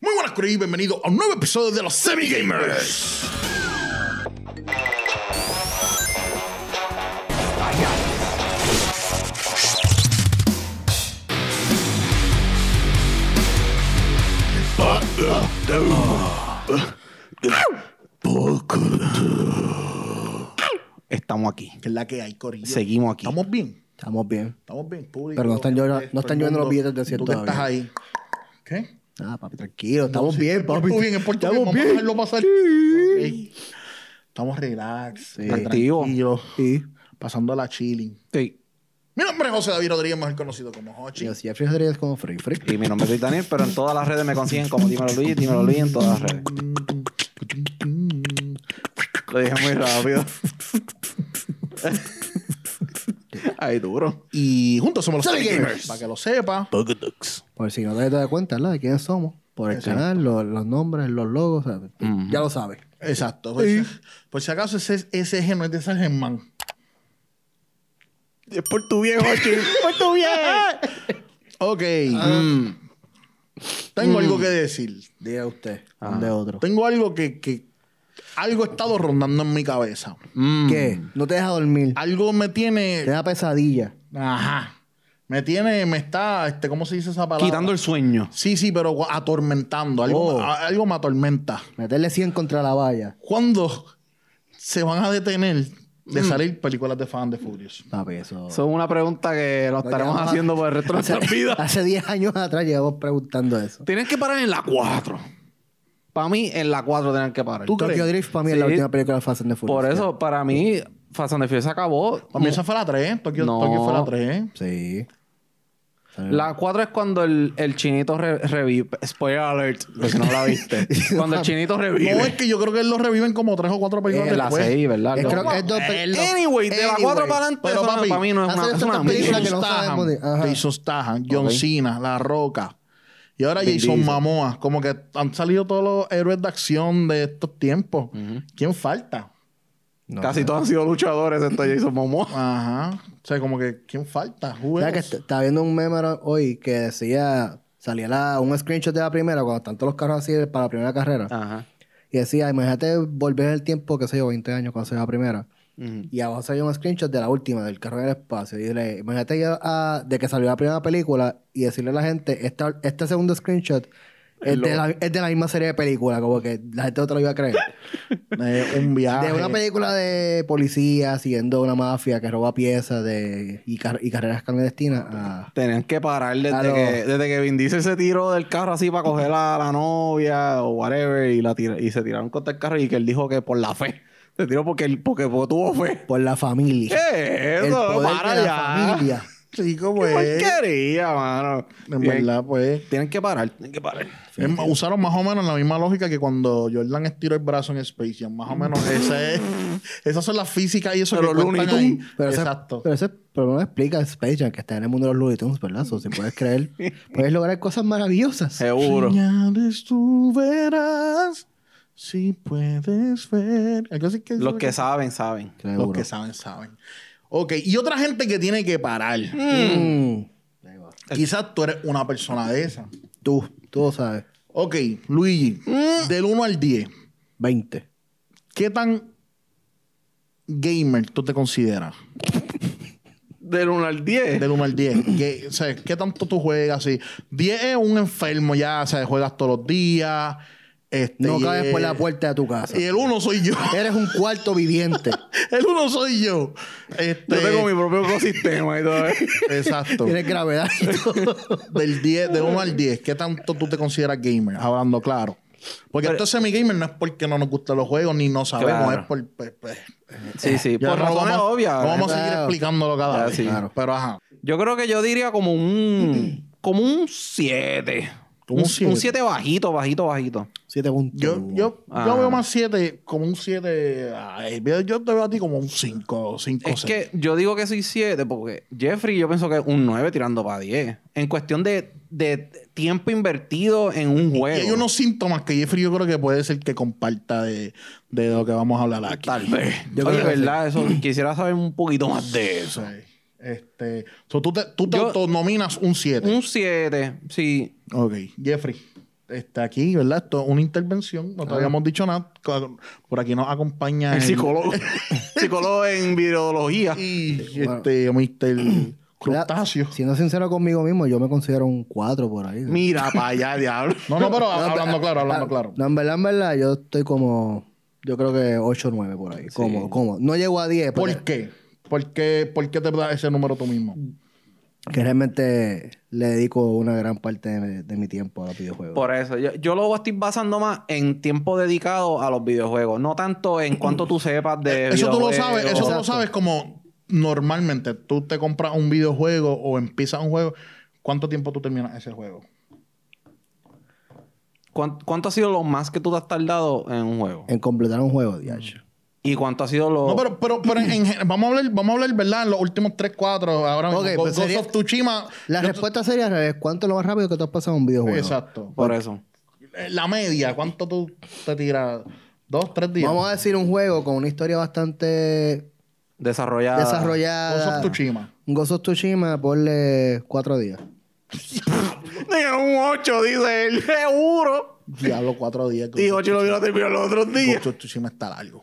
Buenas, Curi, bienvenido a un nuevo episodio de los Semigamers. Estamos aquí. Que es la que hay, Cori. Seguimos aquí. Estamos bien. Estamos bien. Estamos bien, público. Pero no están lloviendo- eh, no están todo el lloviendo los mundo, billetes del cielo Tú que estás todavía. ahí. ¿Qué? Ah, papi, tranquilo. Estamos Sí, bien, en papi. Puerto bien, en Puerto bien. Estamos Vamos a bien. dejarlo pasar. Ok. Estamos relax. estamos Activo. tranquilos, Sí. Pasando la chilling. Sí. Mi nombre es José David Rodríguez, mejor conocido como Hochi. Yo sí, Jeffrey Rodríguez como Free Free. Y mi nombre es Luis Daniel, pero en todas las redes me consiguen como Dímelo Luis, Dímelo Luis en todas las redes. Lo dije muy rápido. Ay, duro. Y juntos somos los Semi Semi Gamers. Gamers. Para que lo sepa. Por si no te das cuenta, ¿verdad? De quiénes somos. Por el canal, los, los nombres, los logos. ¿sabes? Ya lo sabes. Exacto. Por, si, por si acaso ese SG no es de San Germán. Es por tu bien, Jochi. por tu bien. Ok. Ah. Mm. Tengo algo Mm. que decir. Diga usted. Ah. De otro. Tengo algo que, que- Algo ha estado rondando en mi cabeza. Mm. ¿Qué? No te deja dormir. Algo me Te tiene. da pesadilla. Ajá. Me tiene. Me está. Este, ¿Cómo se dice esa palabra? Quitando el sueño. Sí, sí, pero gua- atormentando. Algo, Oh. a- algo me atormenta. Meterle 100 contra la valla. ¿Cuándo se van a detener de Mm. salir películas de Fan de Furious? Papi, eso. Son una pregunta que lo estaremos llevamos- haciendo por el resto de hace, nuestras vidas. hace 10 años atrás llevamos preguntando eso. Tienen que parar en la 4. Para mí, en la 4 tienen que parar. ¿Tú Tokyo crees? Drift para mí es la Sí. última película de Fast and the Furious. Por eso, para mí, Fast and the Furious acabó. Para mí esa fue la 3. Tokio, No. Tokio fue la ¿eh? 3. Sí. La 4 es cuando el, el chinito re- revive. Spoiler alert, por si no la viste. cuando el chinito revive. No, es que yo creo que lo reviven como 3 o 4 películas Es la después. 6, ¿verdad? Es, No. Eh, creo que es dos pel- Anyway, de la 4 para adelante, Pero, eso no- papi, para mí no es hace una, es tantas una películas mierda. que no sabemos de- Statham, ajá. Jason Statham, John Ok. Cena, La Roca. Y ahora Vin Jason Diesel. Mamoa. Como que han salido todos los héroes de acción de estos tiempos. ¿Quién falta? No, Casi todos han sido luchadores, esto Jason Momoa. Ajá. O sea, como que ¿quién falta? Who O sea, que este- else? est- estaba viendo un meme ahora- hoy que decía, salía la- un screenshot de la primera, cuando están todos los carros así para la primera carrera. Ajá. Y decía, imagínate volver el tiempo, qué sé yo, 20 años cuando se la primera. Y abajo salió un screenshot de la última, del carro en el espacio. Y dile, imagínate ya, ah, de que salió la primera película y decirle a la gente, esta, este segundo screenshot es de, la, es de la misma serie de películas, como que la gente no te lo iba a creer. Eh, un viaje. De una película de policía siguiendo una mafia que roba piezas de, y, car- y carreras clandestinas a... Tenían que parar desde, Claro. que, desde que Vin Diesel se tiró del carro así para coger a la novia o whatever y, la tira- y se tiraron contra el carro y que él dijo que por la fe. Se tiró porque, él- porque tuvo fe. Por la familia. ¿Qué es el eso? poder para de la ya. familia. Sí, ¡Qué como es. porquería, mano! En Tienen- verdad, pues. Tienen que parar, tienen que parar. Es más, usaron más o menos la misma lógica que cuando Jordan estiró el brazo en Space Jam. Más o menos esa es, esas son las físicas y eso Mm. Pero que cuentan Looney Tunes, ahí. Pero ese, Exacto. Pero ese pero no explica Space Jam que está en el mundo de los Looney Tunes, ¿verdad? O si puedes creer, puedes lograr cosas maravillosas. Seguro. Señales tú verás si puedes ver. Algo así que- Los que saben, saben. Los que saben, saben. Ok, y otra gente que tiene que parar. Mm. Quizás tú eres una persona de esa. Tú, tú lo sabes. Ok, Luigi, Mm. del 1 al 10, 20. ¿qué tan gamer tú te consideras? Del 1 al 10. Del 1 al 10. ¿Qué, o sea, ¿qué tanto tú juegas? Sí, 10 es un enfermo ya, o sea, juegas todos los días. Este, No y cabes el- por la puerta de tu casa. Y el 1 soy yo. Eres un cuarto viviente. El 1 soy yo. Este, Yo tengo mi propio ecosistema y todo. ¿eh? Exacto. Tienes gravedad. y todo. Del 10, del 1 al 10, ¿qué tanto tú te consideras gamer? Hablando claro. Porque esto es semi-gamer no es porque no nos gustan los juegos ni no sabemos, Claro. es por... pues, pues, Sí, sí. ya Por no razones vamos- obvias. No vamos a seguir Claro. explicándolo cada Ya, vez. sí. Claro. Pero ajá. Yo creo que yo diría como un... Como un 7. Como un Un siete. 7 bajito, bajito, bajito. Siete puntos. Yo, yo, Ah. yo veo más 7 como un 7... Yo te veo a ti como un 5, 5, Es que yo digo que soy 7 porque Jeffrey yo pienso que es un 9 tirando para 10. En cuestión de, de tiempo invertido en un Y juego. hay unos síntomas que Jeffrey yo creo que puede ser que comparta de, de lo que vamos a hablar aquí. Tal vez. Yo Yo creo creo que sí. verdad, eso, quisiera saber un poquito más de eso. Sí. Este, so, tú te, tú te Yo- autonominas un 7. Un 7, sí. Ok. Jeffrey. está aquí, ¿verdad? Esto es una intervención, no te habíamos dicho nada. Co- Por aquí nos acompaña Ah. El psicólogo. psicólogo en virología. Y Bueno. este, Mr. Crustáceo. Siendo sincero conmigo mismo, yo me considero un 4 por ahí. Mira para allá, diablo. No, no, pero No, hablando pero- claro, hablando claro. No, en verdad, en verdad, yo estoy como. Yo creo que 8 o 9 por ahí. Cómodo, cómodo. No llego a 10 porque ¿Por qué? ¿Por qué, ¿Por qué te das ese número tú mismo? que realmente le dedico una gran parte de, de mi tiempo a los videojuegos. Por eso, yo, yo lo estoy basando más en tiempo dedicado a los videojuegos, no tanto en cuánto tú sepas de. Eh, Eso tú lo videojuegos. sabes, eso tú lo Exacto. sabes como normalmente tú te compras un videojuego o empiezas un juego. ¿Cuánto tiempo tú terminas ese juego? ¿Cuán- ¿Cuánto ha sido lo más que tú te has tardado en un juego? En completar un juego, diacho. Mm. ¿Y cuánto ha sido lo.? No, pero, pero, pero en, en- vamos, a hablar, vamos a hablar, ¿verdad? En los últimos 3, 4, ahora mismo. Ok, Go- pues Ghost sería- of Tsushima. La yo- respuesta sería al revés. ¿Cuánto es lo más rápido que tú has pasado un videojuego? Exacto. por eso. Eh, La media, ¿cuánto tú te tiras? ¿Dos, tres días? Vamos a decir un juego con una historia bastante Desarrollar. Ghost of desarrollada. Tsushima. Un Ghost of Tsushima, ponle 4 días. Diga, un 8, dice él, seguro. Diablo, cuatro días. Ghost Y of 8 lo vino a terminar los otros Tsushima. días. Ghost of Tsushima está largo.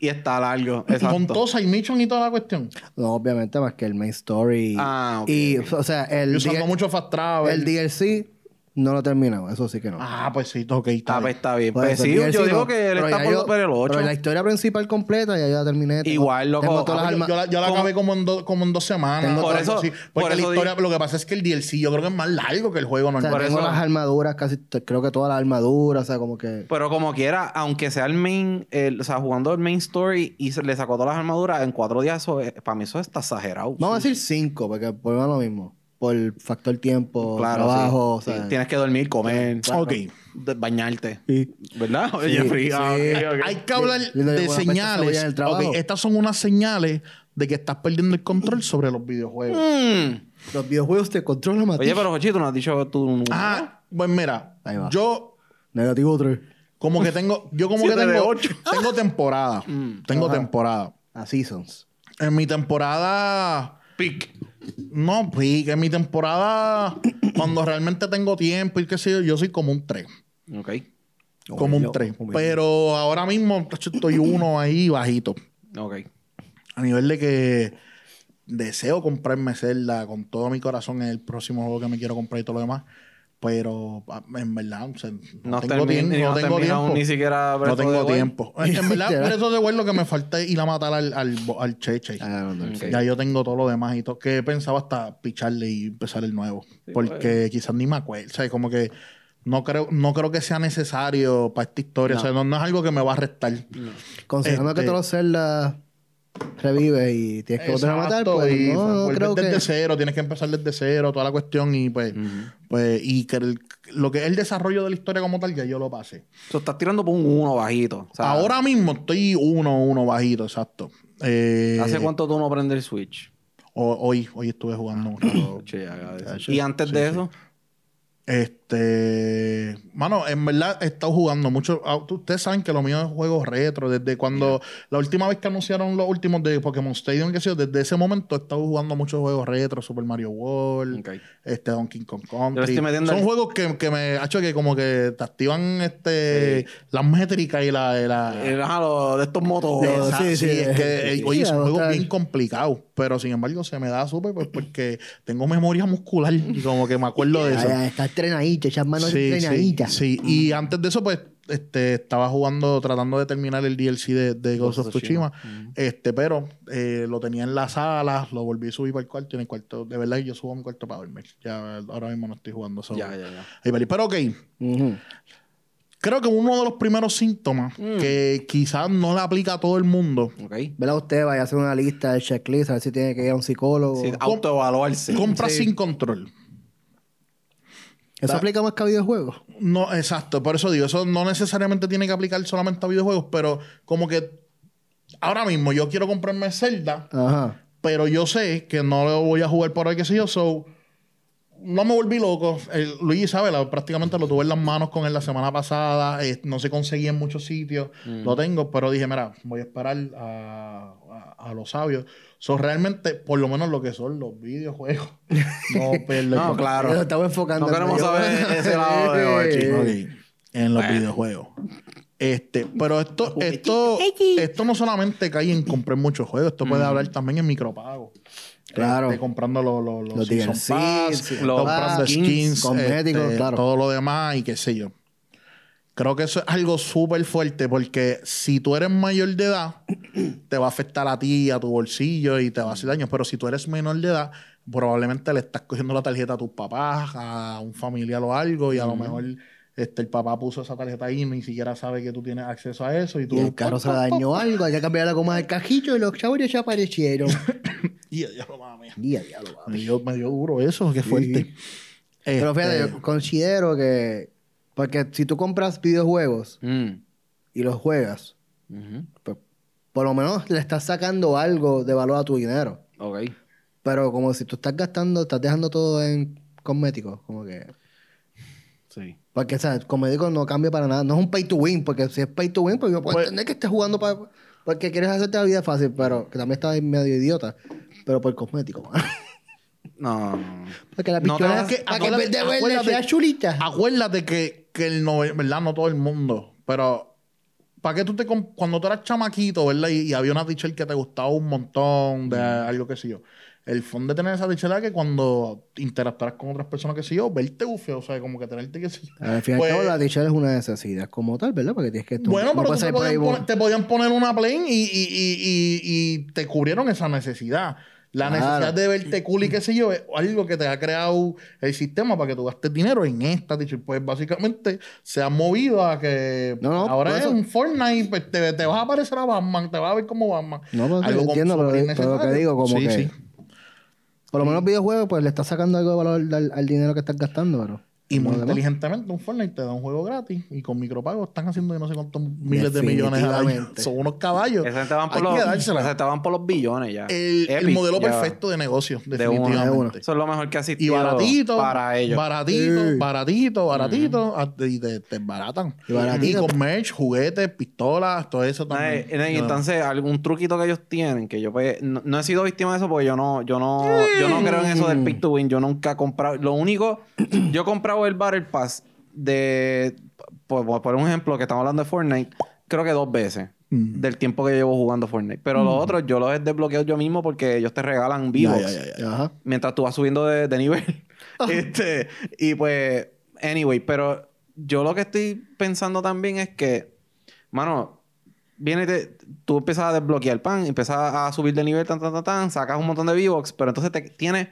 Y está largo. Con Exacto. todos y mission y toda la cuestión. No, obviamente, más que el main story. Ah, ok, Y, o sea, Y el, usando DL mucho fast travel. el DLC no lo he terminado. Eso sí que no. Ah, pues sí, ok, está Ah, pues bien. está bien. Por Pues eso, sí, el DLC yo no. digo que él Pero está ya por yo- super el 8. Pero la historia principal completa ya yo la terminé. Tengo- Igual, loco. Tengo todas Ah, las Yo- armas. Yo, la, yo la Como- acabé como en, do- como en dos semanas. Tengo o Por algo eso- así. por Porque la eso historia, lo que pasa es que el DLC yo creo que es más largo que el juego O sea, normal. Por tengo eso- las armaduras, casi t- creo que todas las armaduras, o sea, como que. Pero como quiera, aunque sea el main, el- o sea, jugando el main story y se le sacó todas las armaduras, en cuatro días, eso, es- para mí eso está exagerado. Vamos a decir 5, porque por lo mismo. Por factor tiempo, Claro, trabajo, sí. o sea. Tienes que dormir, comer, Ok. de- bañarte. Sí. ¿Verdad? Jeffrey? Ah, sí. ok, ok. Hay que Sí, hablar yo le digo, de bueno, señales. pues, en el trabajo. Ok, estas son unas señales de que estás perdiendo el control sobre los videojuegos. Mm. Los videojuegos te controlan más. Oye, pero Jochito, no has dicho tú. Ah, pues mira, Mm. Ahí va. yo Negativo 3. como que tengo, yo como que Siete de tengo, ocho. Mm, tengo temporada. tengo temporada. A Seasons. En mi temporada, Pic. no, pique, en mi temporada, cuando realmente tengo tiempo y qué sé yo, yo soy como un 3. Ok. como un Obvio, 3. obvio. Pero ahora mismo tacho, estoy uno ahí bajito. Ok. A nivel de que deseo comprarme Zelda con todo mi corazón. Es el próximo juego que me quiero comprar y todo lo demás. Pero ah, en verdad, o sea, no, No, tengo termi- tiempo. ni- No no tengo termina aún tiempo. ni siquiera Breath No of the tengo Wild. tiempo. En en verdad, Literal. por eso de vuelo que me falta es ir a matar al, al, bo- al Cheche. Ah, no, no, Ok. sí. Ya yo tengo todo lo demás y todo. Que he pensado hasta picharle y empezar el nuevo. porque quizás ni me acuerdo. O sea, como que no creo, no creo que sea necesario para esta historia. O sea, no, no es algo que me va a restar. Considerando Este- que todos los celdas revives y tienes que volver a matar, Exacto, pues y no, vuelves creo desde que... Mm. cero, tienes que empezar desde cero, toda la cuestión y pues, pues y que el- lo que es el desarrollo de la historia como tal, ya yo lo pasé. O sea, estás tirando por un uno bajito. O sea, Ahora mismo estoy uno, uno bajito, exacto. Eh, ¿Hace cuánto tú no prendes el Switch? Oh, ho- hoy, hoy estuve jugando un rato. Che, agradece. Ah, che. y antes Sí, de sí. eso, Este, mano, en verdad he estado jugando mucho. ah, tú- Ustedes saben que lo mío es juegos retro. Desde cuando la última vez que anunciaron los últimos de Pokémon Stadium, que sé yo, desde ese momento he estado jugando muchos juegos retro, Super Mario World, Ok. este Donkey Kong Yo le Country. estoy metiendo Son el- juegos que, que me ha hecho que como que te activan este las métricas y la, y la- eh, ajá, lo de estos motos. Lo- Esa- sí, sí, sí. es que, eh, oye, Sí, son juegos está- bien complicados, pero sin embargo se me da súper pues, porque tengo memoria muscular y como que me acuerdo de Ay, eso. ay, Mm. está estrenadita, echas manos Sí, estrenaditas. sí. y antes de eso, pues, este, estaba jugando, tratando de terminar el DLC de, de Ghost of Tsushima. Este, pero eh, lo tenía en la sala, lo volví a subir para el cuarto y en el cuarto, de verdad, yo subo a mi cuarto para dormir. Ya ahora mismo no estoy jugando solo. Ya, ya, ya. Pero ok, Ujú. creo que uno de los primeros síntomas que quizás no le aplica a todo el mundo. Ok. Vela usted, vaya a hacer una lista de checklist, a ver si tiene que ir a un psicólogo. Sí, ah, autoevaluarse. Compra sin control. Eso aplica más que a videojuegos. No, exacto, por eso digo, eso no necesariamente tiene que aplicar solamente a videojuegos, pero como que ahora mismo yo quiero comprarme Zelda, Ajá. pero yo sé que no lo voy a jugar por ahí, qué sé yo, so no me volví loco. El, Luigi sabe, la- prácticamente lo tuve en las manos con él la semana pasada. eh, no se conseguía en muchos sitios. Lo tengo, pero dije, mira, voy a esperar a, a- a los sabios. Son realmente, por lo menos lo que son los videojuegos. No, perder No, con- claro. Yo estaba enfocando. No en- queremos yo- saber ese lado de Ochi. Eh. Ok, En los videojuegos. Este, pero esto, esto, esto no solamente cae en comprar muchos juegos, esto puede hablar también en micropago. Claro. Este, comprando los, los, los, Los season DLC, pass, este, los comprando skins, skins, cosméticos, este, claro. todo lo demás y qué sé yo. Creo que eso es algo súper fuerte porque si tú eres mayor de edad, te va a afectar a ti, a tu bolsillo y te va a hacer daño. Pero si tú eres menor de edad, probablemente le estás cogiendo la tarjeta a tus papás, a un familiar o algo, y a lo mejor este, el papá puso esa tarjeta ahí y ni siquiera sabe que tú tienes acceso a eso. Y, tú, Y el carro se dañó algo, hay que cambiar la goma del cajillo y los chavos ya aparecieron. Y yo, diablo, mamá mía. Día, diablo, papi. Me dio, me dio duro eso, qué fuerte. ah. Pero fíjate, Este, yo considero que. Porque si tú compras videojuegos Mm. y los juegas, Ujú. pues, por lo menos le estás sacando algo de valor a tu dinero. Ok. Pero como si tú estás gastando, estás dejando todo en cosméticos, como que. Sí. Porque, o sea, cosméticos no cambia para nada. No es un pay to win, porque si es pay to win, pues yo puedo Pues- entender que estés jugando para. Porque quieres hacerte la vida fácil, pero que también estás medio idiota. Pero por cosmético, mano. No, no, no. Porque la No te pistola vas a- que, para que en acuérdate- vez de verde acuérdate- sea chulita. Acuérdate que, que el no, ¿verdad? No todo el mundo, pero ¿para qué tú te comp- cuando tú eras chamaquito, ¿verdad? Y, y había una teacher que te gustaba un montón de algo que sé yo. El fondo de tener esa teacher era que cuando interactuaras con otras personas que sé yo, verte bufeo, o sea, como que tenerte que sé yo. Al fin y al Pues- cabo, la teacher es una necesidad como tal, ¿verdad? Porque tienes que... tú- Bueno, no pero puedes tú te, salir por ahí podían poner, bo- te podían poner una plane y, y- y- y- y te cubrieron esa necesidad. La Claro. necesidad de verte cool y qué sé yo es algo que te ha creado el sistema para que tú gastes dinero en esta. teacher. Pues básicamente se ha movido a que No, no, ahora por es eso. un Fortnite, pues, te, te vas a parecer a Batman, te vas a ver como Batman. No, pues, Algo entiendo, como pero- súper pero lo que digo, como Sí, que- sí. Por lo menos videojuegos, pues le estás sacando algo de valor al, al dinero que estás gastando, pero... Y muy Lo demás. inteligentemente, un Fortnite te da un juego gratis y con micropago están haciendo yo no sé cuántos miles de millones al año. Definitivamente. Son unos caballos. Esa gente van por Hay los, que dársela. esa gente van por los billones ya. el, el Epic, modelo ya. perfecto de negocio, De uno, definitivamente. de uno. Eso es lo mejor que ha Y asistido baratito, para ellos. baratito, Sí. baratito, baratito, hasta- y te, te embaratan. Y baratito. Y con merch, juguetes, pistolas, todo eso No, eh, también. eh, No. Entonces, algún truquito que ellos tienen, que yo pues, no, no he sido víctima de eso porque yo no, yo no, yo no creo en eso del pick to win. Yo nunca he comprado. Lo único, yo he comprado el Battle Pass de, por, por- por un ejemplo, que estamos hablando de Fortnite, creo que dos veces. Mm. Del tiempo que yo llevo jugando Fortnite. Pero los otros yo los he desbloqueado yo mismo porque ellos te regalan vivos Ya, ya, ya, ya. Ajá. mientras tú vas subiendo de, de nivel. este, y pues, anyway, pero yo lo que estoy pensando también es que, mano, viene de- tú empiezas a desbloquear pan, empiezas a subir de nivel, tan, tan, tan, tan, sacas un montón de V-Box, pero entonces te tienes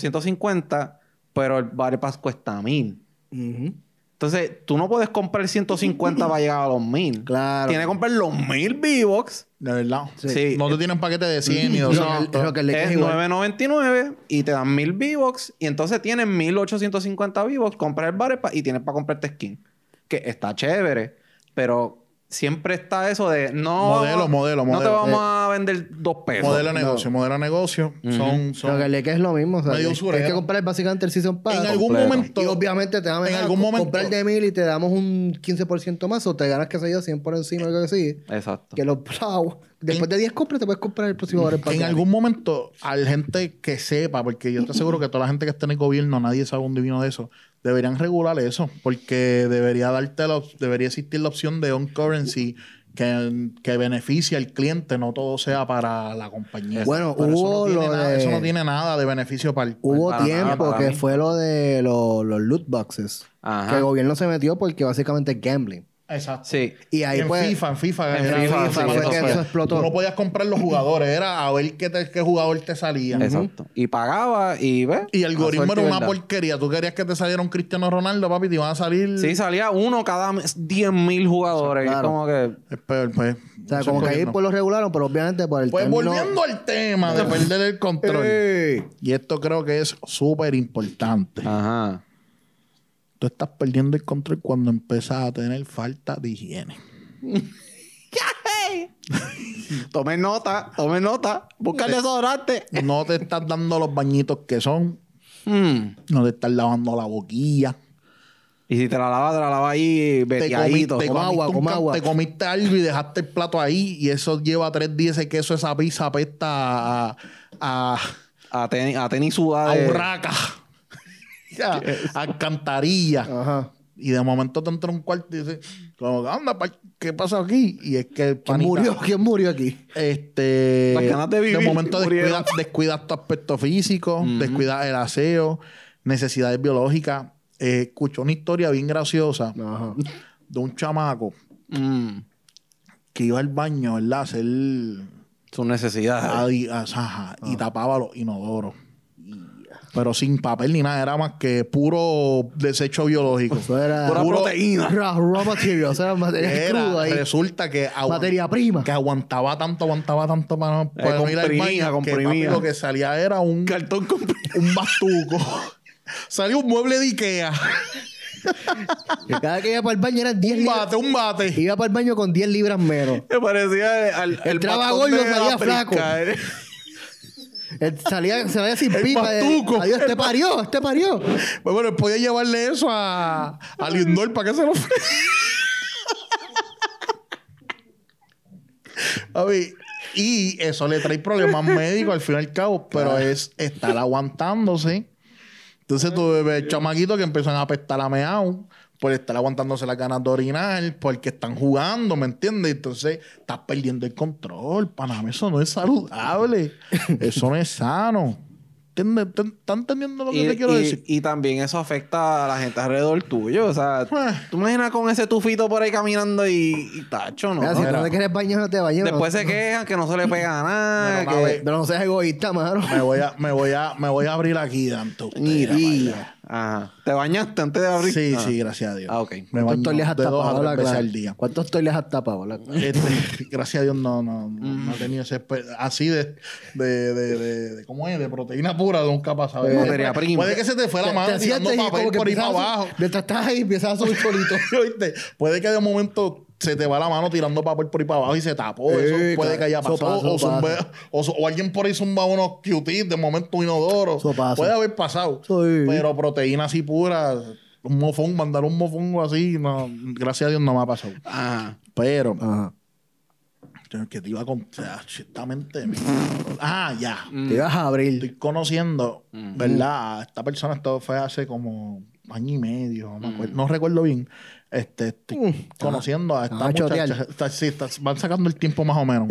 850, pero el Battle Pass cuesta 1000. Ujú. Entonces, tú no puedes comprar 150 para llegar a los 1000. Claro. Tienes que comprar los 1000 V-Box. De verdad. Sí. Sí. No te tienen paquete de 100 ni No, 200. es lo que le queda es igual. 9.99 y te dan 1000 V-Bucks y entonces tienes 1850 V-Bucks, compras el Battle Pass y tienes para comprarte skin. Que está chévere, pero siempre está eso de no. Modelo, vamos- modelo, No te modelo. Eh, vamos a vender dos pesos. modelo de negocio, modelo de negocio. Son, son- Lo que le que es lo mismo, o sea, Medio tienes usurero. que comprar básicamente el Season Pass. en algún completo. momento. Y obviamente te damos en algún momento- comprar de mil y te damos un 15% más o te ganas, qué sé yo, 100 por encima, algo así. Exacto. Que los bravo. Después de 10 compras te puedes comprar el próximo Battle Pass. En algún momento, a la gente que sepa, porque yo te aseguro que toda la gente que está en el gobierno, nadie sabe un divino de eso, deberían regular eso, porque debería darte la op- debería existir la opción de on currency que, que beneficie al cliente, no todo sea para la compañía. Bueno, Pero eso, no hubo tiene lo nada, eso de- no tiene nada de beneficio para el Hubo Para nada, tiempo para que mí. fue lo de lo- los loot boxes. Ajá. Que el gobierno se metió porque básicamente es gambling. Exacto. Sí. Y ahí en pues... FIFA, en FIFA, en era FIFA, algo FIFA que fue pasó. que eso explotó. Tú no podías comprar los jugadores, era a ver qué, te- qué jugador te salía. Exacto. Y pagaba y ve. Y la el algoritmo suerte era una verdad. porquería. Tú querías que te saliera un Cristiano Ronaldo, papi, te iban a salir. Sí, salía uno cada mes, 10.000 jugadores. Y es Claro. como que. Es peor, pues. O sea, como que ahí pues lo regularon, pero obviamente por el Pues término- Eh. volviendo al tema de perder el control. ¡Ey! Y esto creo que es súper importante. Ajá. Tú estás perdiendo el control cuando empiezas a tener falta de higiene. Tome nota, tome nota. Busca el desodorante. No te estás dando los bañitos que son. Mm. No te estás lavando la boquilla. Y si te la lavas, te la lavas ahí Te, comi- veteadito. te con comiste agua, un con ca- agua. te comiste algo y dejaste el plato ahí y eso lleva tres días ese queso, esa pizza apesta a, a, a, A, tenis, a tenis sudada. de- urraca, a, a alcantarilla. Ah. Ajá. Y de momento te entra un cuarto y dices, como, ¿qué onda? pa- ¿Qué pasó aquí? Y es que el ¿Quién panita- murió? ¿Quién murió aquí? Este, Las ganas de vivir momento murieron. descuidas descuidas tu aspecto físico, descuidas el aseo, necesidades biológicas. Eh, escuché una historia bien graciosa Ajá. de un chamaco Mm. que iba al baño, ¿verdad? A Hacer Sus necesidades. a- a- ajá, y tapaba los inodoros. Pero sin papel ni nada, era más que puro desecho biológico. Eso era. Pura puro- proteína. Raw, raw material. Eso era material Era, crudo ahí. resulta que agu- Materia prima. que aguantaba tanto, aguantaba tanto para no, para no ir al comprimía, baño, que, papi, comprimía. lo que salía era un cartón completo. un bastuco. Salió un mueble de Ikea. Que cada que iba para el baño eran 10 Un libras. bate, un bate. Iba para el baño con 10 libras menos. Me parecía al, el Entraba bastón gordo, de salía África, flaco. ¿eh? Él salía, se veía sin pipa. eh. pastuco. Adiós, este parió, este parió. Pues bueno, él podía llevarle eso a, a Lindor para que se lo A ver, y eso le trae problemas médicos al fin y al cabo, pero es estar aguantándose. Entonces tu bebé, chamaquito que empiezan a apestar a meao por estar aguantándose las ganas de orinar, porque están jugando, ¿me entiendes? Entonces estás perdiendo el control, paname, eso no es saludable, eso no es sano. ¿Entiendes? ¿Te- ¿Están entendiendo lo que Y, te quiero y- decir? y también eso afecta a la gente alrededor tuyo. O sea, Ah. tú imaginas con ese tufito por ahí caminando y, y tacho, ¿no? Mira, si tú era. no te quieres bañar, no te bañes. Después no, se quejan que no se le pega nada. Pero, Ah, que- a ver, Pero no seas egoísta, mano. Me voy a, me voy a, me voy a abrir aquí, Danto. Ni día. Ajá. ¿Te bañaste antes de abrir? Ah. Sí, Ah. sí, gracias a Dios. Ah, ok. Me baño ¿Cuántos toiles has de dos tapado a la tres veces cara? al día. ¿Cuántos toiles has tapado la cara? Este, gracias a Dios no, no, no, no he tenido ese espe- así de, de, de, de, de- ¿cómo es? De proteína pura nunca ha pasado. De materia prima. Puede que se te fuera la mano tirando sientes y papel por ahí para empiezas a abajo. subir- Mientras estás ahí, empiezas a subir solito. ¿Oíste? Puede que de un momento se te va la mano tirando papel por ahí para abajo y se tapó. Eso Eh, puede que haya claro. pasado. Eso pasa, o, eso zumbe- pasa. o zu- o alguien por ahí zumba unos cuties de momento un inodoro. Eso pasa. Puede haber pasado. Sí. Pero proteína así pura, un mofón, mandar un mofongo así, no, gracias a Dios no me ha pasado. Ajá. Pero, Ajá. que te iba a contar, ciertamente. Ah, ya. Te ibas a abrir. Estoy conociendo, ¿verdad? A esta persona, esto fue hace como año y medio, no, me acuerdo, no recuerdo bien. Este, estoy conociendo a esta Uh, Ah, chotear. muchacha. Está- sí, está- van sacando el tiempo más o menos.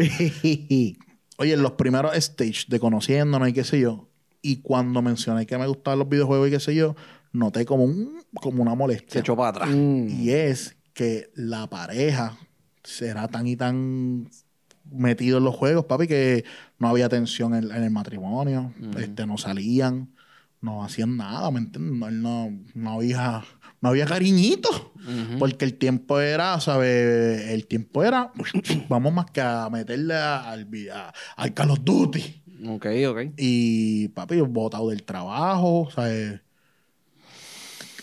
Oye, en los primeros stage de conociéndonos y qué sé yo, y cuando mencioné que me gustaban los videojuegos y qué sé yo, noté como, un, como una Se molestia. echó para atrás. Mm. Y es que la pareja será tan y tan metido en los juegos, papi, que no había tensión en, en el matrimonio, este, no salían, no hacían nada, ¿me entiendes? No, él no, no había, no había cariñito, porque el tiempo era, ¿sabes? El tiempo era, vamos más que a meterle a- al, vi- a- al Call of Duty. Ok, ok. Y papi, botado del trabajo, o sea, eh,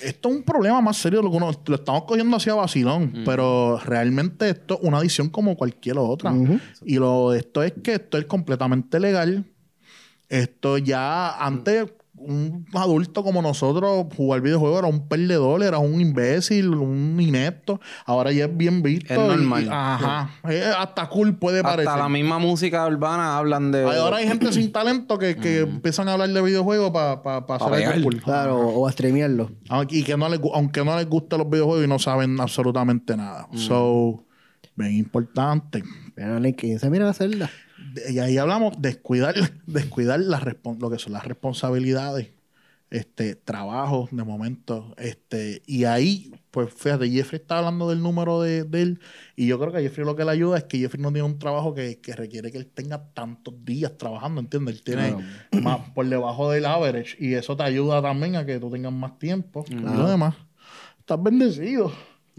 esto es un problema más serio de lo que uno lo estamos cogiendo hacia vacilón, pero realmente esto es una adicción como cualquier otra. Ujú. Y lo de esto es que esto es completamente legal. Esto ya antes un adulto como nosotros jugar videojuegos era un perdedor, era un imbécil, un inepto. Ahora ya es bien visto. Es y- normal. y- ajá. Eh, hasta cool puede parecer. Hasta la misma música urbana hablan de. Ay, Ahora hay gente sin talento que, que empiezan a hablar de videojuegos para Mm. Pa hacer pegar. algo cool. Claro, o a streamearlo. Aunque- Y que no les, gu- aunque no les gusten los videojuegos y no saben absolutamente nada. Mm. So, bien importante. Mira, Nick, 15, mira la celda. De- Y ahí hablamos descuidar, descuidar las respon- lo que son las responsabilidades, este, trabajo de momento. Este, y ahí, pues fíjate, Jeffrey está hablando del número de, de él. Y yo creo que a Jeffrey lo que le ayuda es que Jeffrey no tiene un trabajo que, que requiere que él tenga tantos días trabajando, ¿entiendes? Él tiene más por debajo del average. Y eso te ayuda también a que tú tengas más tiempo. Y lo demás. Estás bendecido.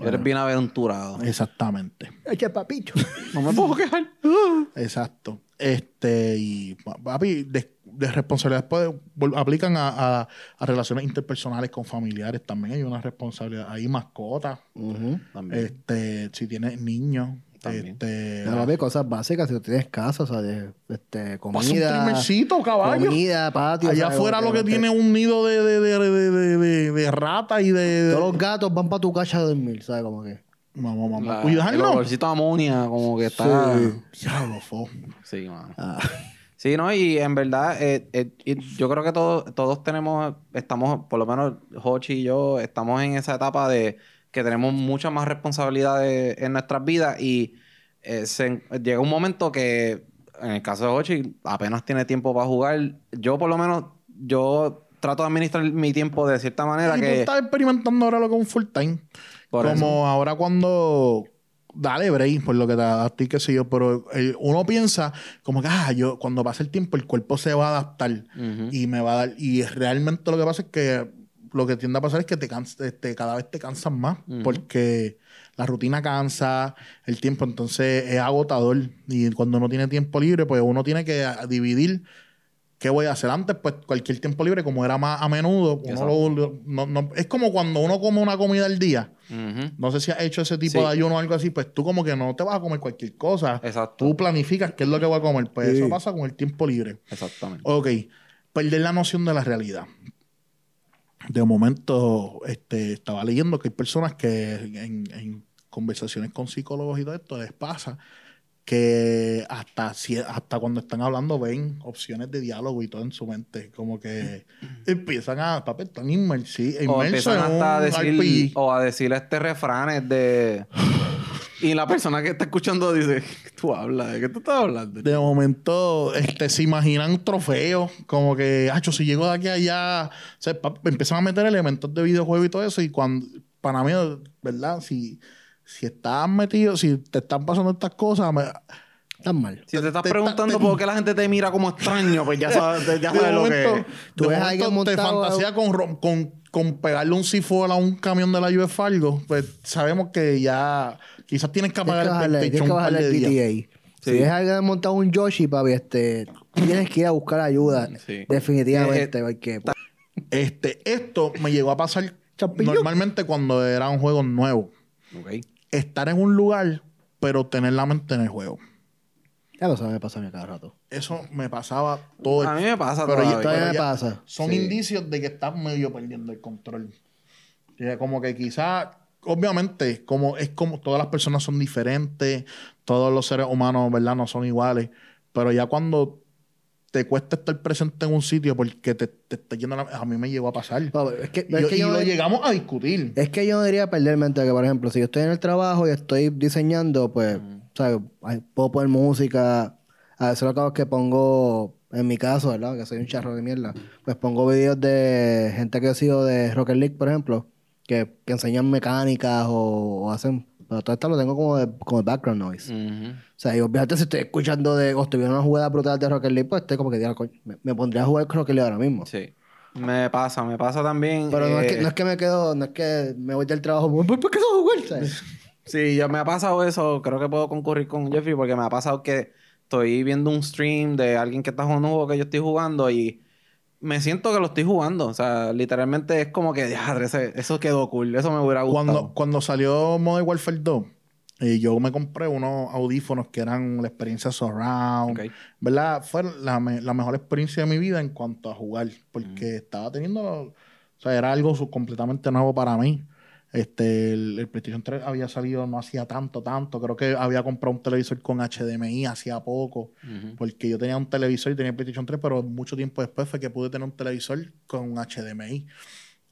Eres bien aventurado. Eh, Exactamente. Echa papicho. No me puedo quejar. Exacto. Este, y pa- papi, de, de responsabilidades puede- vol- aplican a, a- a relaciones interpersonales con familiares también. Hay una responsabilidad. Hay mascotas. Ujú. También. Este, si tienes niños. También. Este, Pero papi, cosas básicas, si tú tienes casa, o sea, de, este, pasa un comida, trimercito, caballo. comida, patio. Allá ¿sabes? afuera lo que te- tiene un nido de, de, de, de, de, de- de rata y de. Todos los gatos van para tu casa a dormir, ¿sabes? Como que... Vamos, vamos. La- El Cuidarlo. olorcito a amonia, como que está. Ah. Diablo, fo. Sí, mano. Ah, Sí, no, y en verdad, eh, eh, y yo creo que todos, todos tenemos, estamos, por lo menos Hochi y yo, estamos en esa etapa de que tenemos muchas más responsabilidades en nuestras vidas y eh, se en- llega un momento que, en el caso de Hochi, apenas tiene tiempo para jugar. Yo, por lo menos, yo trato de administrar mi tiempo de cierta manera Y tú que... estás experimentando ahora lo que es un full time. Por como eso. ahora cuando dale break por lo que te adapté qué sé yo pero eh, uno piensa como que ah yo cuando pase el tiempo el cuerpo se va a adaptar Ujú. y me va a dar y realmente lo que pasa es que lo que tiende a pasar es que te cansa- este, cada vez te cansan más Ujú. porque la rutina cansa el tiempo entonces es agotador y cuando uno tiene tiempo libre pues uno tiene que ah, dividir ¿Qué voy a hacer antes? Pues cualquier tiempo libre, como era más a menudo, uno lo- lo- no- no- es como cuando uno come una comida al día, Ujú. no sé si has hecho ese tipo Sí. de ayuno o algo así, pues tú como que no te vas a comer cualquier cosa. Exacto. Tú planificas qué es lo que voy a comer. Pues Sí. eso pasa con el tiempo libre. Exactamente. Ok, perder la noción de la realidad. De momento, este, estaba leyendo que hay personas que en, en conversaciones con psicólogos y todo esto les pasa que hasta, si- hasta cuando están hablando ven opciones de diálogo y todo en su mente. Como que empiezan a, papel, están inmersi- inmersos Mm. O empiezan en un hasta a decir, RPG. o a decir este refranes de... Y la persona que está escuchando dice, "¿Qué tú hablas? ¿De qué tú estás hablando? De momento, este, se imaginan trofeos, como que, hacho, si llego de aquí a allá, o sea, pa- empiezan a meter elementos de videojuego y todo eso, y cuando, para mí, ¿verdad? Si, si estás metido, si te están pasando estas cosas, me- Estás mal. Si te estás Te- te- preguntando te- por qué la gente te mira como extraño, pues ya sabes, ya de sabes lo que... momento, Tú de ves a momento te alguien montado a- fantasía con, rom- con, con pegarle un sifón a un camión de la lluvia Fargo, pues sabemos que ya quizás tienes que Tienes apagar que bajarle, el tienes PlayStation que un par bajarle de el días. PTA. Si Sí. ves a alguien montado un Yoshi, papi, este, tienes que ir a buscar ayuda. Sí. Definitivamente, Eh, porque... Este, esto me llegó a pasar Champiñón. normalmente cuando era un juego nuevo. Ok. estar en un lugar, pero tener la mente en el juego. Ya lo sabes, me pasa a mí cada rato. Eso me pasaba todo el A mí me pasa Pero yo- todavía. Todavía me ya- pasa. Son Sí. indicios de que estás medio perdiendo el control. O sea, como que quizás, obviamente, como es como todas las personas son diferentes, todos los seres humanos, ¿verdad? No son iguales. Pero ya cuando te cuesta estar presente en un sitio porque te, te está yendo la- A mí me llegó a pasar. Papi, es que, Y, es yo- que y yo lo me- llegamos a discutir. Es que yo no diría perder mente, que por ejemplo, si yo estoy en el trabajo y estoy diseñando, pues, ¿sabes? Ay, Puedo poner música. A veces lo que hago es que pongo, en mi caso, ¿verdad? Que soy un charro de mierda. Pues pongo videos de gente que ha sido de Rocket League, por ejemplo, que, que enseñan mecánicas o, o hacen. Pero todo esto lo tengo como, de- como de background noise. Ujú. O sea, y obviamente si estoy escuchando de, o estoy viendo una jugada brutal de Rocket League, pues estoy como que, "Diablo, coño, me, me pondría a jugar Rocket League ahora mismo. Sí. Me pasa, me pasa también. Pero no, es eh, que, no es que me quedo, no es que me voy del trabajo, "Voy- voy- ¿por qué no jugar? ¿sabes? Sí, yo me ha pasado eso. Creo que puedo concurrir con Jeffrey porque me ha pasado que estoy viendo un stream de alguien que está jugando un juego que yo estoy jugando y me siento que lo estoy jugando. O sea, literalmente es como que, "Diadre, ese- eso quedó cool. Eso me hubiera Cuando, gustado. cuando salió Modern Warfare 2, eh, yo me compré unos audífonos que eran la experiencia surround. Ok. ¿Verdad? Fue la, me- la mejor experiencia de mi vida en cuanto a jugar, porque Mm. estaba teniendo, o sea, era algo su- completamente nuevo para mí. Este, el, el PlayStation 3 había salido no hacía tanto, tanto. Creo que había comprado un televisor con HDMI hacía poco, Ujú. porque yo tenía un televisor y tenía el PlayStation 3, pero mucho tiempo después fue que pude tener un televisor con HDMI.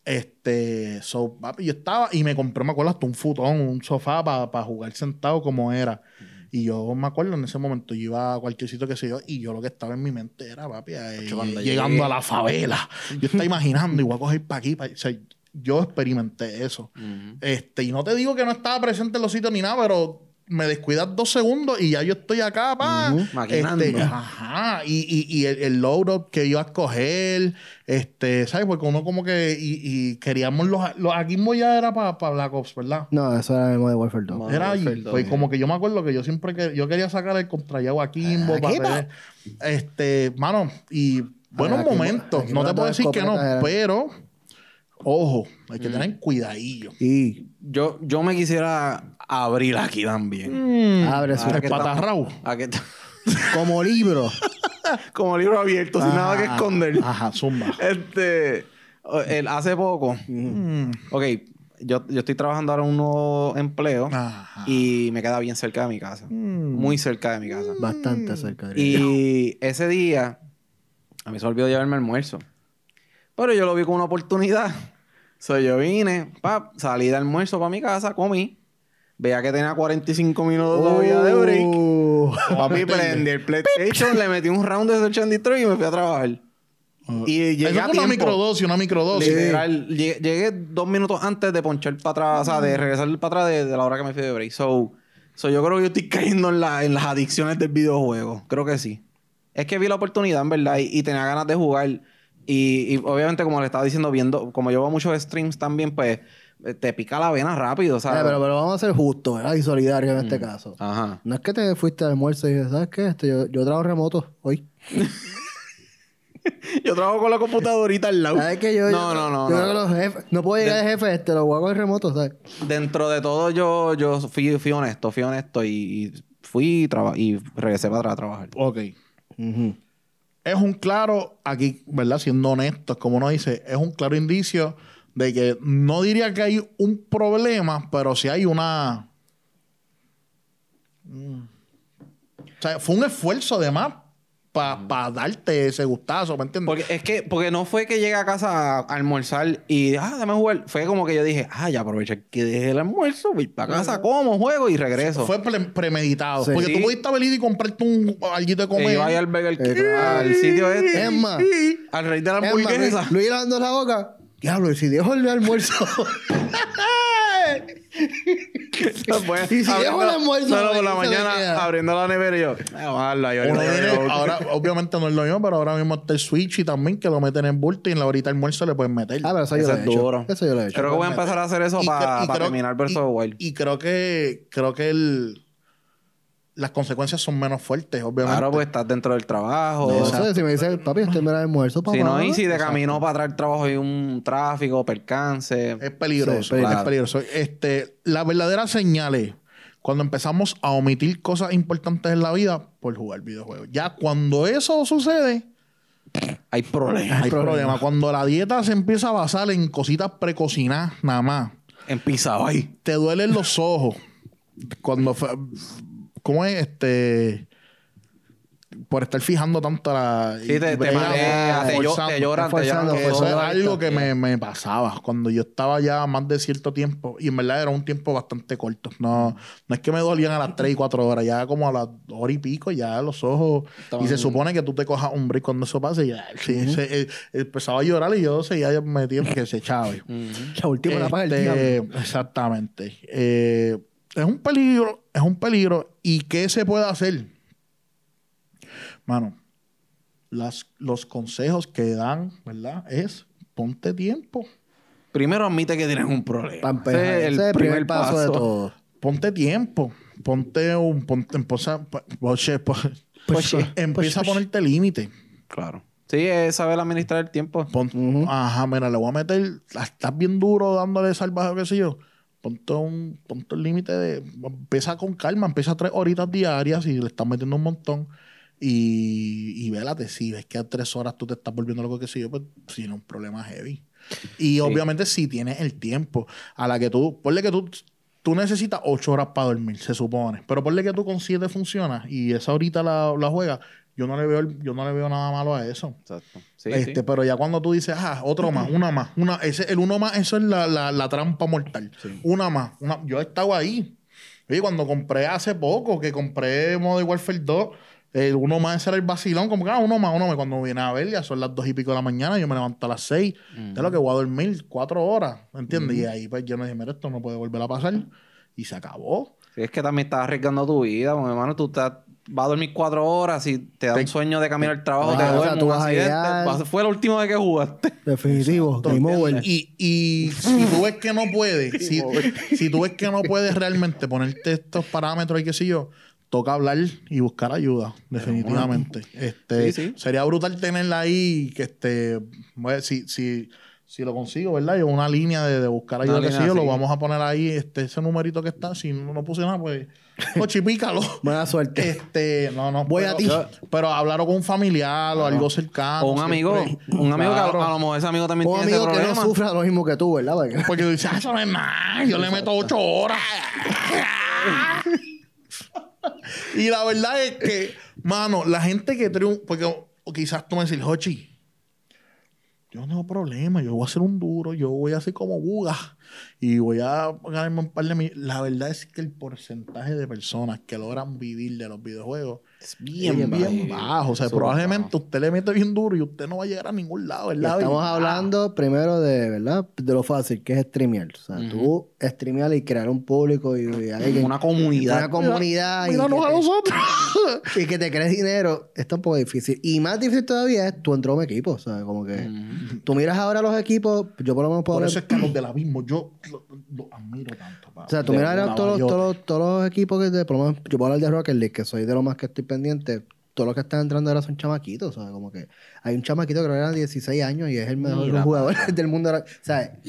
Este, so, papi, yo estaba y me compré, me acuerdo, hasta un futón, un sofá para jugar sentado como era. Y yo me acuerdo en ese momento, yo iba a cualquier sitio que sé yo, y yo lo que estaba en mi mente era, papi, eh, Ocho, cuando llegando llegué. a la favela. Yo estaba imaginando, y voy a coger para aquí. pa' allí. O sea, yo experimenté eso. Ujú. Este, y no te digo que no estaba presente en los sitios ni nada, pero me descuidas dos segundos y ya yo estoy acá, pa. Ujú. Maquinando. Este, ajá. Y, y- y el, el load-up que iba a escoger, este, ¿sabes? Porque uno como que, y, y queríamos los, los aquí ya era para Black Ops, ¿verdad? No, eso era el modo de Warfare 2. Modo Era Warfare ahí. 2, Pues sí. como que yo me acuerdo que yo siempre que yo quería sacar el contra Yago a Kimbo, Ah, para Kimbo. tener- este, mano, y buenos Kimbo- momentos. a Kimbo no te las puedo dos decir que no, escopetas eran- pero ojo, hay que tener cuidadillo. Y Yo, yo me quisiera abrir aquí Mm. también. Abre su- Ahora que El patarrao. ¿A qué t- Como libro. Como libro abierto, sin nada que Ajá, esconder. Ah, Ajá, zumba. Este, o- el hace poco, Mm. ok, yo, yo estoy trabajando ahora en un nuevo empleo Ajá. y me queda bien cerca de mi casa. Mm. Muy cerca de mi casa. Bastante cerca. diría. Y ese día, a mí se me olvidó llevarme almuerzo. Pero yo lo vi como una oportunidad. So, yo vine, pap, salí de almuerzo para mi casa, comí. Veía que tenía 45 minutos todavía Oh. de break. Uh. Papi, prendí el PlayStation, le metí un round de Search and Destroy y me fui a trabajar. Y llegué Oh. Eso a fue una tiempo. microdosis, una microdosis. Literal, lle- llegué dos minutos antes de ponchar para atrás, o sea, de regresar para atrás de, de la hora que me fui de break. So, so yo creo que yo estoy cayendo en, la- en las adicciones del videojuego. Creo que sí. Es que vi la oportunidad, en verdad, y, y tenía ganas de jugar. Y, y obviamente, como le estaba diciendo, viendo, como yo veo muchos streams también, pues eh, te pica la vena rápido, Eh, ¿sabes? pero, pero vamos a ser justos ¿verdad? y solidarios en este Mm. caso. Ajá. No es que te fuiste al almuerzo y dices, ¿sabes qué? Este, yo, yo trabajo remoto hoy. Yo trabajo con la computadorita al lado. ¿Sabes qué? Yo, no, yo- no, no, yo no. creo que los jefes- no puedo llegar de jefe, este, lo voy a coger remoto, ¿sabes? Dentro de todo, yo, yo fui, fui honesto, fui honesto y, y fui y, traba- y regresé para atrás a trabajar. Ok. Ujú. Es un claro, aquí, ¿verdad? Siendo honestos, como uno dice, es un claro indicio de que no diría que hay un problema, pero sí hay una. Mm. O sea, fue un esfuerzo de más para darte ese gustazo, ¿me entiendes? Mm. Porque es que, porque no fue que llegué a casa a almorzar y, ah, dame jugar. Fue como que yo dije, ah, ya aproveché que dejé el almuerzo, voy para casa, como, juego y regreso. Fue pre- premeditado. Sí. Porque tú Sí. pudiste haber ido y comprarte un algo de Que comer. iba ahí al Burger King, Exacto. al sitio este, Es más, al rey de la es más, hamburguesa. Luis- Luis lavando la boca. Diablo, y si dejo el almuerzo. Pues, Y si abriendo- dejo el almuerzo, No, no, por la ahí se me mañana queda. abriendo la nevera y yo, "Ah, vamos a darlo ahí, Uno ahorita viene- lo hago". ahora, obviamente no es lo mismo, pero ahora mismo está el Switch y también que lo meten en bulto y en la horita de almuerzo le pueden meter. ah, pero eso yo Eso lo es he hecho. duro. Eso yo lo he hecho. Creo que voy a empezar a hacer eso Y cre- para y creo- terminar versus y- Wild. Y creo que creo que el, las consecuencias son menos fuertes, obviamente. Claro, pues estás dentro del trabajo. No, o sea, eso es, si me dice, papi, este me da almuerzo, papá. si no, y si de camino para atrás del trabajo hay un tráfico, percance. Es peligroso, Sí, peligroso. es peligroso. Este, la verdadera señal es cuando empezamos a omitir cosas importantes en la vida por jugar videojuegos. Ya cuando eso sucede, Hay problemas. hay problema. Cuando la dieta se empieza a basar en cositas precocinadas nada más. En pisado ahí. te duelen los ojos. Cuando fue- ¿Cómo es este? Por estar fijando tanto la. Sí, te, te bregas mareas, te, llo- forzando. te lloran, te lloran. forzando, los Que Eso ojos. es forzando. algo que me, me pasaba cuando yo estaba ya más de cierto tiempo. Y en verdad era un tiempo bastante corto. No, no es que me dolían a las 3 y 4 horas. Ya como a las hora y pico, ya los ojos. Estaban- Y se supone que tú te cojas un break cuando eso pase. Y ya, sí, se- eh, empezaba a llorar y yo seguía metido en que se echaba. Ujú. La última la paga el Este, diablo. Exactamente. Eh, es un peligro, es un peligro. ¿Y qué se puede hacer? Mano, las, los consejos que dan, ¿verdad? Es ponte tiempo. Primero admite que tienes un problema. Pa' empezar. Ese es el primer, paso, de todo. Ponte tiempo. Ponte un. Ponte, empieza poche, po- Poche. empieza Poche, a ponerte límite. Claro. Sí, es saber administrar el tiempo. Ponte- Ajá, mira, le voy a meter. Estás bien duro dándole salvaje, qué sé yo. Ponte un, ponte un límite de. Empieza con calma, empieza tres horitas diarias y le estás metiendo un montón. Y, y vélate, si ves que a tres horas tú te estás volviendo loco, qué sé yo, pues tiene un problema heavy. Y obviamente si tienes el tiempo a la que tú, ponle que tú, tú necesitas ocho horas para dormir, se supone, pero ponle que tú con siete funcionas y esa horita la, la juegas, yo no le veo, el- yo no le veo nada malo a eso. Exacto. Sí, Este, sí. Pero ya cuando tú dices, ah, otro más, una más, una, ese, el uno más, eso es la, la- la trampa mortal. Una más, una, yo he estado ahí. Oye, cuando compré hace poco, que compré Modern Warfare 2, el uno más ese era el vacilón, como que, ah, uno más, uno más. Cuando viene a ver, ya son las dos y pico de la mañana, yo me levanto a las seis, de lo que voy a dormir cuatro horas, ¿me entiendes? Y ahí pues yo me dije, mira, esto no puede volver a pasar. Y se acabó. Sí, Es que también estás arriesgando tu vida, porque, hermano. Tú estás, vas a dormir cuatro horas y te da Te- un sueño de camino al trabajo, Ah, te o sea, duermes, tú un vas a accidente. llegar- Vas- Fue la última vez que jugaste. Definitivo. Game over. Y, y si tú ves que no puedes, si, si tú ves que no puedes realmente ponerte estos parámetros y qué sé yo, toca hablar y buscar ayuda, definitivamente. Este, Sí, sí. Sería brutal tenerla ahí, que este, bueno, pues, si, si, si lo consigo, ¿verdad? Yo una línea de, de buscar ayuda Una que línea sí, yo lo así. vamos a poner ahí, este, ese numerito que está. Si no, no puse nada, pues, coche, pícalo. Buena suerte. Este, no, no. Voy pero- a ti. Pero hablarlo con un familiar o algo cercano. O un amigo, siempre. un amigo que Claro. a- a, lo mejor ese amigo también Un tiene ese amigo que no problema. sufra lo mismo que tú, ¿verdad? Porque- Porque dice, ah, eso no es nada, yo le meto ocho horas. y la verdad es que, mano, la gente que triunfa, porque o quizás tú me decís, Jochi, yo no tengo problema, yo voy a hacer un duro, yo voy a hacer como Buga y voy a ganarme un par de mil. La verdad es que el porcentaje de personas que logran vivir de los videojuegos Es es bien bajo. O sea, Súper probablemente usted le mete bien duro y usted no va a llegar a ningún lado, Y ¿verdad? Estamos Y- Ah. hablando primero de, ¿verdad? De lo fácil que es streamear. O sea, tú streamear y crear un público y, y alguien- Una comunidad. Una comunidad. y, Míranos que a te- nosotros. y que te, crees dinero. Está un poco difícil. Y más difícil todavía es tú entrar a un equipo. O sea, como que tú miras ahora los equipos. Yo por lo menos puedo Por hablar- eso es que a los del abismo yo lo, lo admiro tanto. O sea, tú miras ahora todos, los- todos, los- todos los equipos que de, por lo menos, yo puedo hablar de Rocket League, que soy de lo más que estoy pendiente. Todos los que están entrando ahora son chamaquitos, o sea, como que hay un chamaquito que ahora era 16 años y es el mejor Mira, jugador del mundo. ahora. O sea,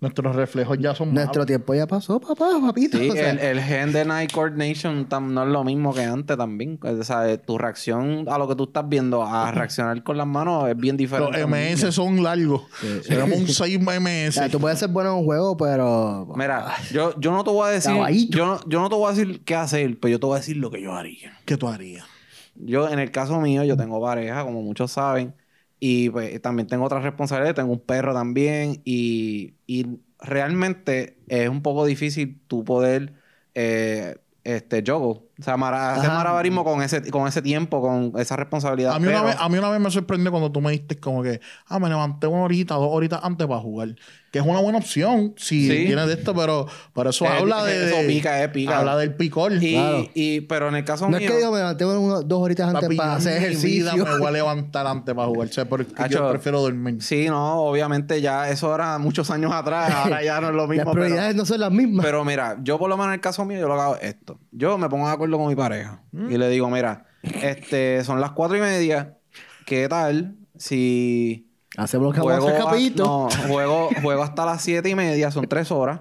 Nuestros reflejos ya son nuestro tiempo ya pasó, papá, papito. Sí, o sea, el, el gen de Night Coordination tam- no es lo mismo que antes también. O sea, eh, tu reacción a lo que tú estás viendo, a reaccionar con las manos, es bien Los diferente. MS son largos. Tenemos un 6 o sea, MS. tú puedes ser bueno en un juego, pero... Mira, yo, yo no te voy a decir. Caballito. Yo no, yo no te voy a decir qué hacer, pero yo te voy a decir lo que yo haría. ¿Qué tú harías? Yo, en el caso mío, yo tengo pareja, como muchos saben, y pues, también tengo otras responsabilidades, tengo un perro también, y, y realmente es un poco difícil tú poder eh, este juggle. O sea, mara- hacer Ajá. marabarismo con ese, con ese tiempo, con esa responsabilidad. A mí, una pero- vez, a mí una vez me sorprendió cuando tú me diste como que, ah, me levanté una horita, dos horitas antes para jugar. Que es una buena opción si Sí. tienes de esto, pero, pero eso Eh, habla de, eso de- pica, eh, pica. Habla del picor. y, claro. y- pero en el caso No mío. es que digo, me levanté uno- dos horitas antes Papi, para yo hacer en mi vida ejercicio. me voy a levantar antes para jugar. O sea, porque yo Hacho, prefiero dormir. Sí, no, obviamente ya eso era muchos años atrás, ahora ya no es lo mismo. Las pero- prioridades no son las mismas. Pero mira, yo por lo menos en el caso mío, yo lo que hago es esto. Yo me pongo de acuerdo con mi pareja y le digo, mira, este, son las cuatro y media, ¿qué tal si Hacemos los que vamos a juego, hacer, a- capito. no, juego, juego hasta las siete y media, son tres horas?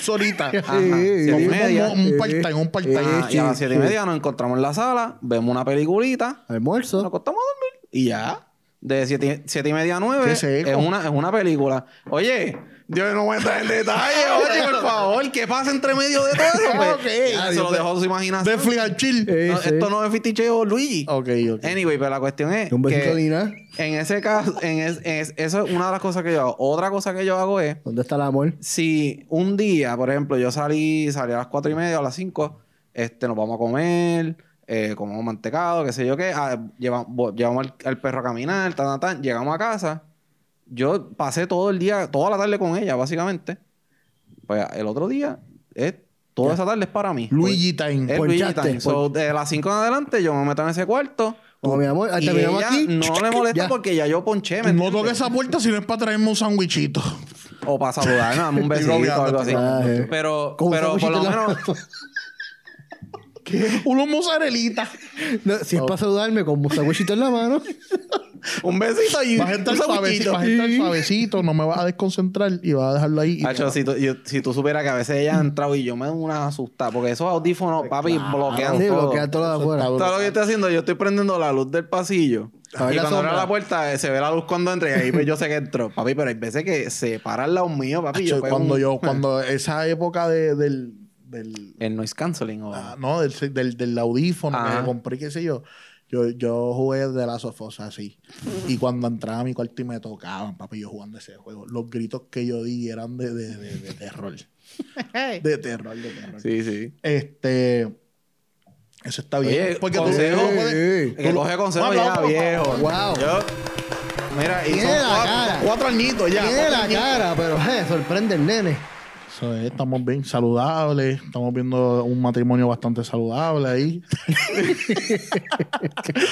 Solita. Ajá, Sí, siete y sí. media. Un, un part-time, un part-time. Eh, Ah, y a las siete y media nos encontramos en la sala, vemos una peliculita, Almuerzo. nos acostamos a dormir y ya. De siete, siete y media a nueve Qué es seco. una, es una película. Oye, Dios no voy a entrar en detalle, oye, por favor, ¿qué pasa entre medio de todo eso? Pues, Ok. ya, se lo dejo a su imaginación. Netflix al chill. Eh, No, sí. Esto no es fiticheo, Luigi. Ok, ok. Anyway, pero la cuestión es Un besito de que Dina. en ese caso, en es- es- eso es una de las cosas que yo hago. Otra cosa que yo hago es, ¿Dónde está el amor? si un día, por ejemplo, yo salí, salí a las cuatro y media o a las 5, este, nos vamos a comer, eh, comemos mantecado, qué sé yo qué, ah, lleva- bo- llevamos al, al perro a caminar, tan, tan, tan, llegamos a casa, yo pasé todo el día, toda la tarde con ella, básicamente. Pues el otro día, es, toda esa tarde es para mí. Luigi Time. Es Por Luigi Justin, Time. So, de las 5 en adelante, yo me meto en ese cuarto. Como mi amor, ah, Y terminamos ella aquí. no le molesta Ya. porque ya yo ponché. no ¿me entiendes? toques esa puerta si no es para traerme un sandwichito. O para saludarme, dame un besito Estoy o algo así. bromeando, estoy bromeando. Pero, Con un pero por lo sanguchito en la menos, Unos mozzarellitas. No, si es para saludarme con un sandwichito en la mano. un besito y Vas a estar un suavecito. sanguchito. Vas a estar suavecito. No me vas a desconcentrar y vas a dejarlo ahí. y te Hacho, vas- si tú, yo- si tú supieras que a veces ella ha entrado y yo me doy una asustada, porque esos audífonos, papi, bloquean Sí, todo. bloquea todo lo de afuera. ¿Sabes lo que yo estoy haciendo? Yo estoy prendiendo la luz del pasillo. A ver y la cuando sombra. abro la puerta, eh, se ve la luz cuando entra y ahí pues yo sé que entró. Papi, pero hay veces que se para al lado mío, papi. Hacho, pego cuando un- Ah, yo, cuando esa época de- del, del, El noise canceling o... ah, no, del, del, del audífono Ajá. que compré, qué sé yo. Yo, yo jugué de las sofosas así. Y cuando entraba a mi cuarto y me tocaban, papi, yo jugando ese juego. Los gritos que yo di eran de, de, de, de terror. De terror, de terror. Sí, sí. Este. Eso está bien. Oye, Porque tú- consejo, tú no puedes- Que coge consejo Un ya, aplauso, por viejo. favor. Wow. Yo- mira, y son Tiene la cuatro, cara. cuatro añitos ya. Tiene cuatro la añitos. cara, pero eh, sorprende el nene. Eso es, estamos bien saludables. Estamos viendo un matrimonio bastante saludable ahí.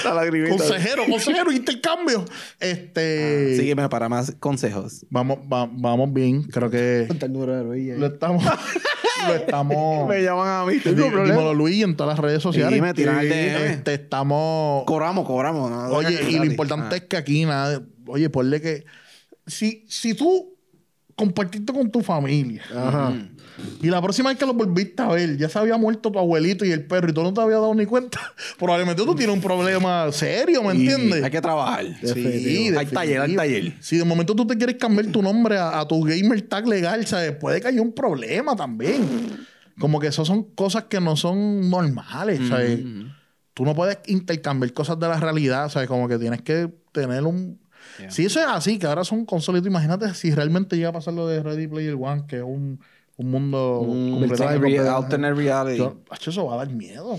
La lagrimita. consejero, consejero, intercambio. Este. Sígueme para más consejos. Vamos, va- vamos bien. Creo que Ponte el número de la orilla ahí. lo estamos. lo estamos. Me llaman a mí. Dí- Tengo Dímelo, problema. Luis, en todas las redes sociales. Dime, tira el DM. este, estamos. Cobramos, cobramos. no, Oye, deja que y lo gratis. importante Ah. es que aquí nada. Oye, ponle que si, si tú compartiste con tu familia Ajá. Mm. y la próxima vez que lo volviste a ver, ya se había muerto tu abuelito y el perro y tú no te habías dado ni cuenta, probablemente tú tienes un problema serio, ¿me Y entiendes? Hay que trabajar. definitivo. Hay taller, hay taller. Si de momento tú te quieres cambiar tu nombre a, a tu gamer tag legal, ¿sabes? puede que haya un problema también. Como que eso son cosas que no son normales, ¿sabes? Mm. Tú no puedes intercambiar cosas de la realidad, ¿sabes? Como que tienes que tener un... Yeah. Si eso es así, que ahora son consolitos, imagínate si realmente llega a pasar lo de Ready Player One, que es un, un mundo Mm. completamente... Altered alternate reality. Yo- Hacho, eso va a dar miedo.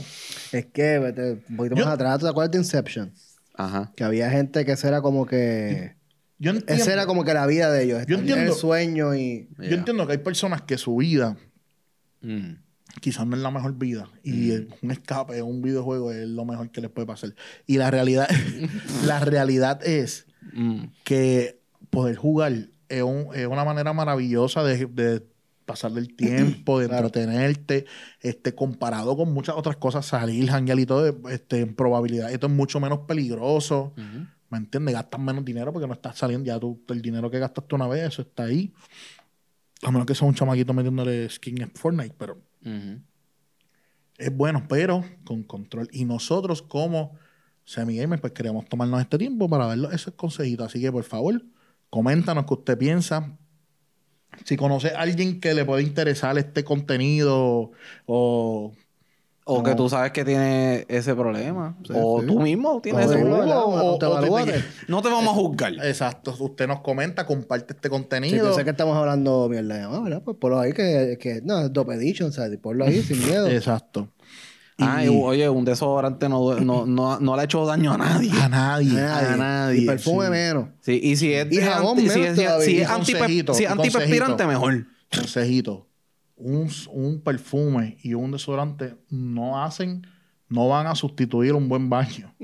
Es que, vete, un poquito Yo- más atrás, ¿tú te acuerdas de Inception? Ajá. Que había gente que eso era como que... Yo entiendo, Esa era como que la vida de ellos. Yo Tenía entiendo. El sueño y... yo Yeah. entiendo que hay personas que su vida Mm. quizás no es la mejor vida. Y eh, un escape, un videojuego es lo mejor que les puede pasar. Y la realidad, la realidad es Mm. que poder jugar es, un- es una manera maravillosa de, de pasar el tiempo, de entretenerte, este, comparado con muchas otras cosas, salir, janguear y todo, este, en probabilidad. Esto es mucho menos peligroso. Ujú. ¿Me entiendes? Gastas menos dinero porque no estás saliendo. Ya tú, el dinero que gastaste una vez, eso está ahí. A menos que sea un chamaquito metiéndole skin en Fortnite, pero Ujú. es bueno, pero con control. Y nosotros como semi-gamers, pues queremos tomarnos este tiempo para ver esos consejitos. Así que, por favor, coméntanos qué usted piensa. Si conoce a alguien que le puede interesar este contenido o... O No. que tú sabes que tiene ese problema. Sí, o sí. tú mismo tienes Como ese tú, problema. ¿verdad? o- Te o- evalúate. o- No te vamos a juzgar. Exacto. Usted nos comenta, comparte este Sí, contenido. yo sé que estamos hablando mierda de mamá, ¿verdad? Pues ponlo ahí que, que no, Dope Edition, o sea, ponlo ahí sin miedo. Exacto. Ah, y, Y- oye, un desodorante no, due- no, no, no le ha hecho daño a nadie. A nadie. Nadie. a nadie, Y perfume sí. menos. Sí, y si es, Y de jabón anti- si menos es, si es todavía. Y antipe- consejito, si es y antipespirante, consejito. mejor. consejito, un, un perfume y un desodorante no hacen, no van a sustituir un buen baño.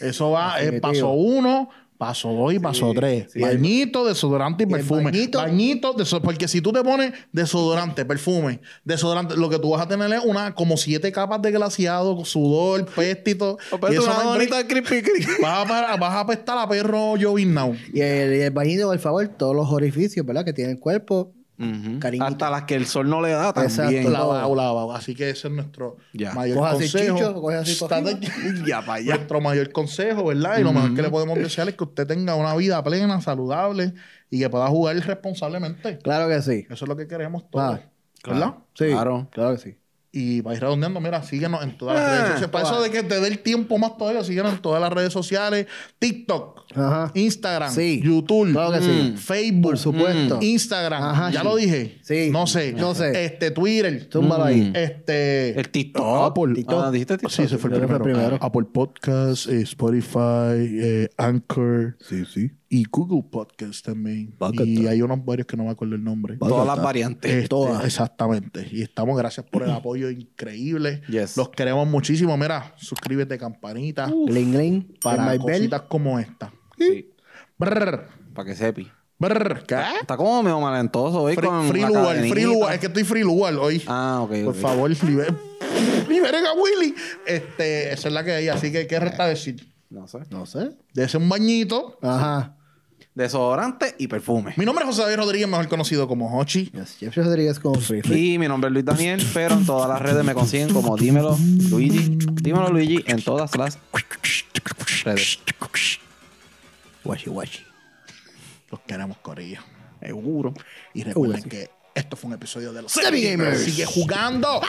Eso va, es Definitivo. paso uno, paso dos y paso tres. sí. bañito, desodorante y, Y el perfume. bañito- Bañito, deso- porque si tú te pones desodorante, perfume, desodorante, lo que tú vas a tener es una como siete capas de glaciado, sudor, péstito. y eso no hay break. creepy creepy. Vas a, vas a apestar a perro Jovin Now. Y el, y el bañito, por favor, todos los orificios, ¿verdad? Que tiene el cuerpo. Cariñito. Hasta las que el sol no le da también. Exacto. Lavado, lavado. Así que ese es nuestro Ya. mayor Coge así, consejo. chicho, coge así, Estate- cojita. Ya para allá. Nuestro mayor consejo, ¿verdad? Y lo mejor que le podemos desear es que usted tenga una vida plena, saludable y que pueda jugar responsablemente. Claro que sí. Eso es lo que queremos todos. Ah, ¿Verdad? Sí. Claro. Claro que sí. Y para ir redondeando, mira, síguenos en todas las Ah, redes sociales. Para eso de todas. que te dé el tiempo más todavía, síguenos en todas las redes sociales: TikTok, Ajá. Instagram, Sí. YouTube, Claro que sí. Mm. Facebook, mm, Por supuesto. Instagram. Ajá, ya sí. lo dije. Sí. No sé. No sé. Este, Twitter. Zúmbalo ahí. Mm. Este. El TikTok. Apple. Ah, dijiste TikTok. Sí, se fue el Yo creo primero. que fue el primero. Ah. Apple Podcast, eh, Spotify, eh, Anchor Sí, sí. y Google Podcast también. Bacata. Y hay unos varios que no me acuerdo el nombre. Todas las variantes. Este, Exactamente. Y estamos, gracias por el apoyo increíble. Yes. Los queremos muchísimo. Mira, suscríbete, campanita, Gling, gling. para El Maybell. cositas como esta. Sí, Brr, para que sepi. brr, ¿qué? Está como medio malentoso hoy Free, con free la lugar, cadenita. free lugar. Es que estoy free lugar hoy. Ah, ok. Por ok. favor, liber- liberen a Willy. Este, esa es la que hay. Así que, ¿qué resta decir? No sé. No sé. Dese un bañito. Ajá. Desodorante y perfume. Mi nombre es José David Rodríguez, mejor conocido como Hochi. Yes. Jeff Rodríguez con Pues Free Free. Y mi nombre es Luis Daniel, pero en todas las redes me consiguen como Dímelo Luigi. Dímelo Luigi en todas las redes. Washi, washi. Los queremos, Corillo. Seguro. Y recuerden sí. que esto fue un episodio de los Semi Gamers. Sigue jugando.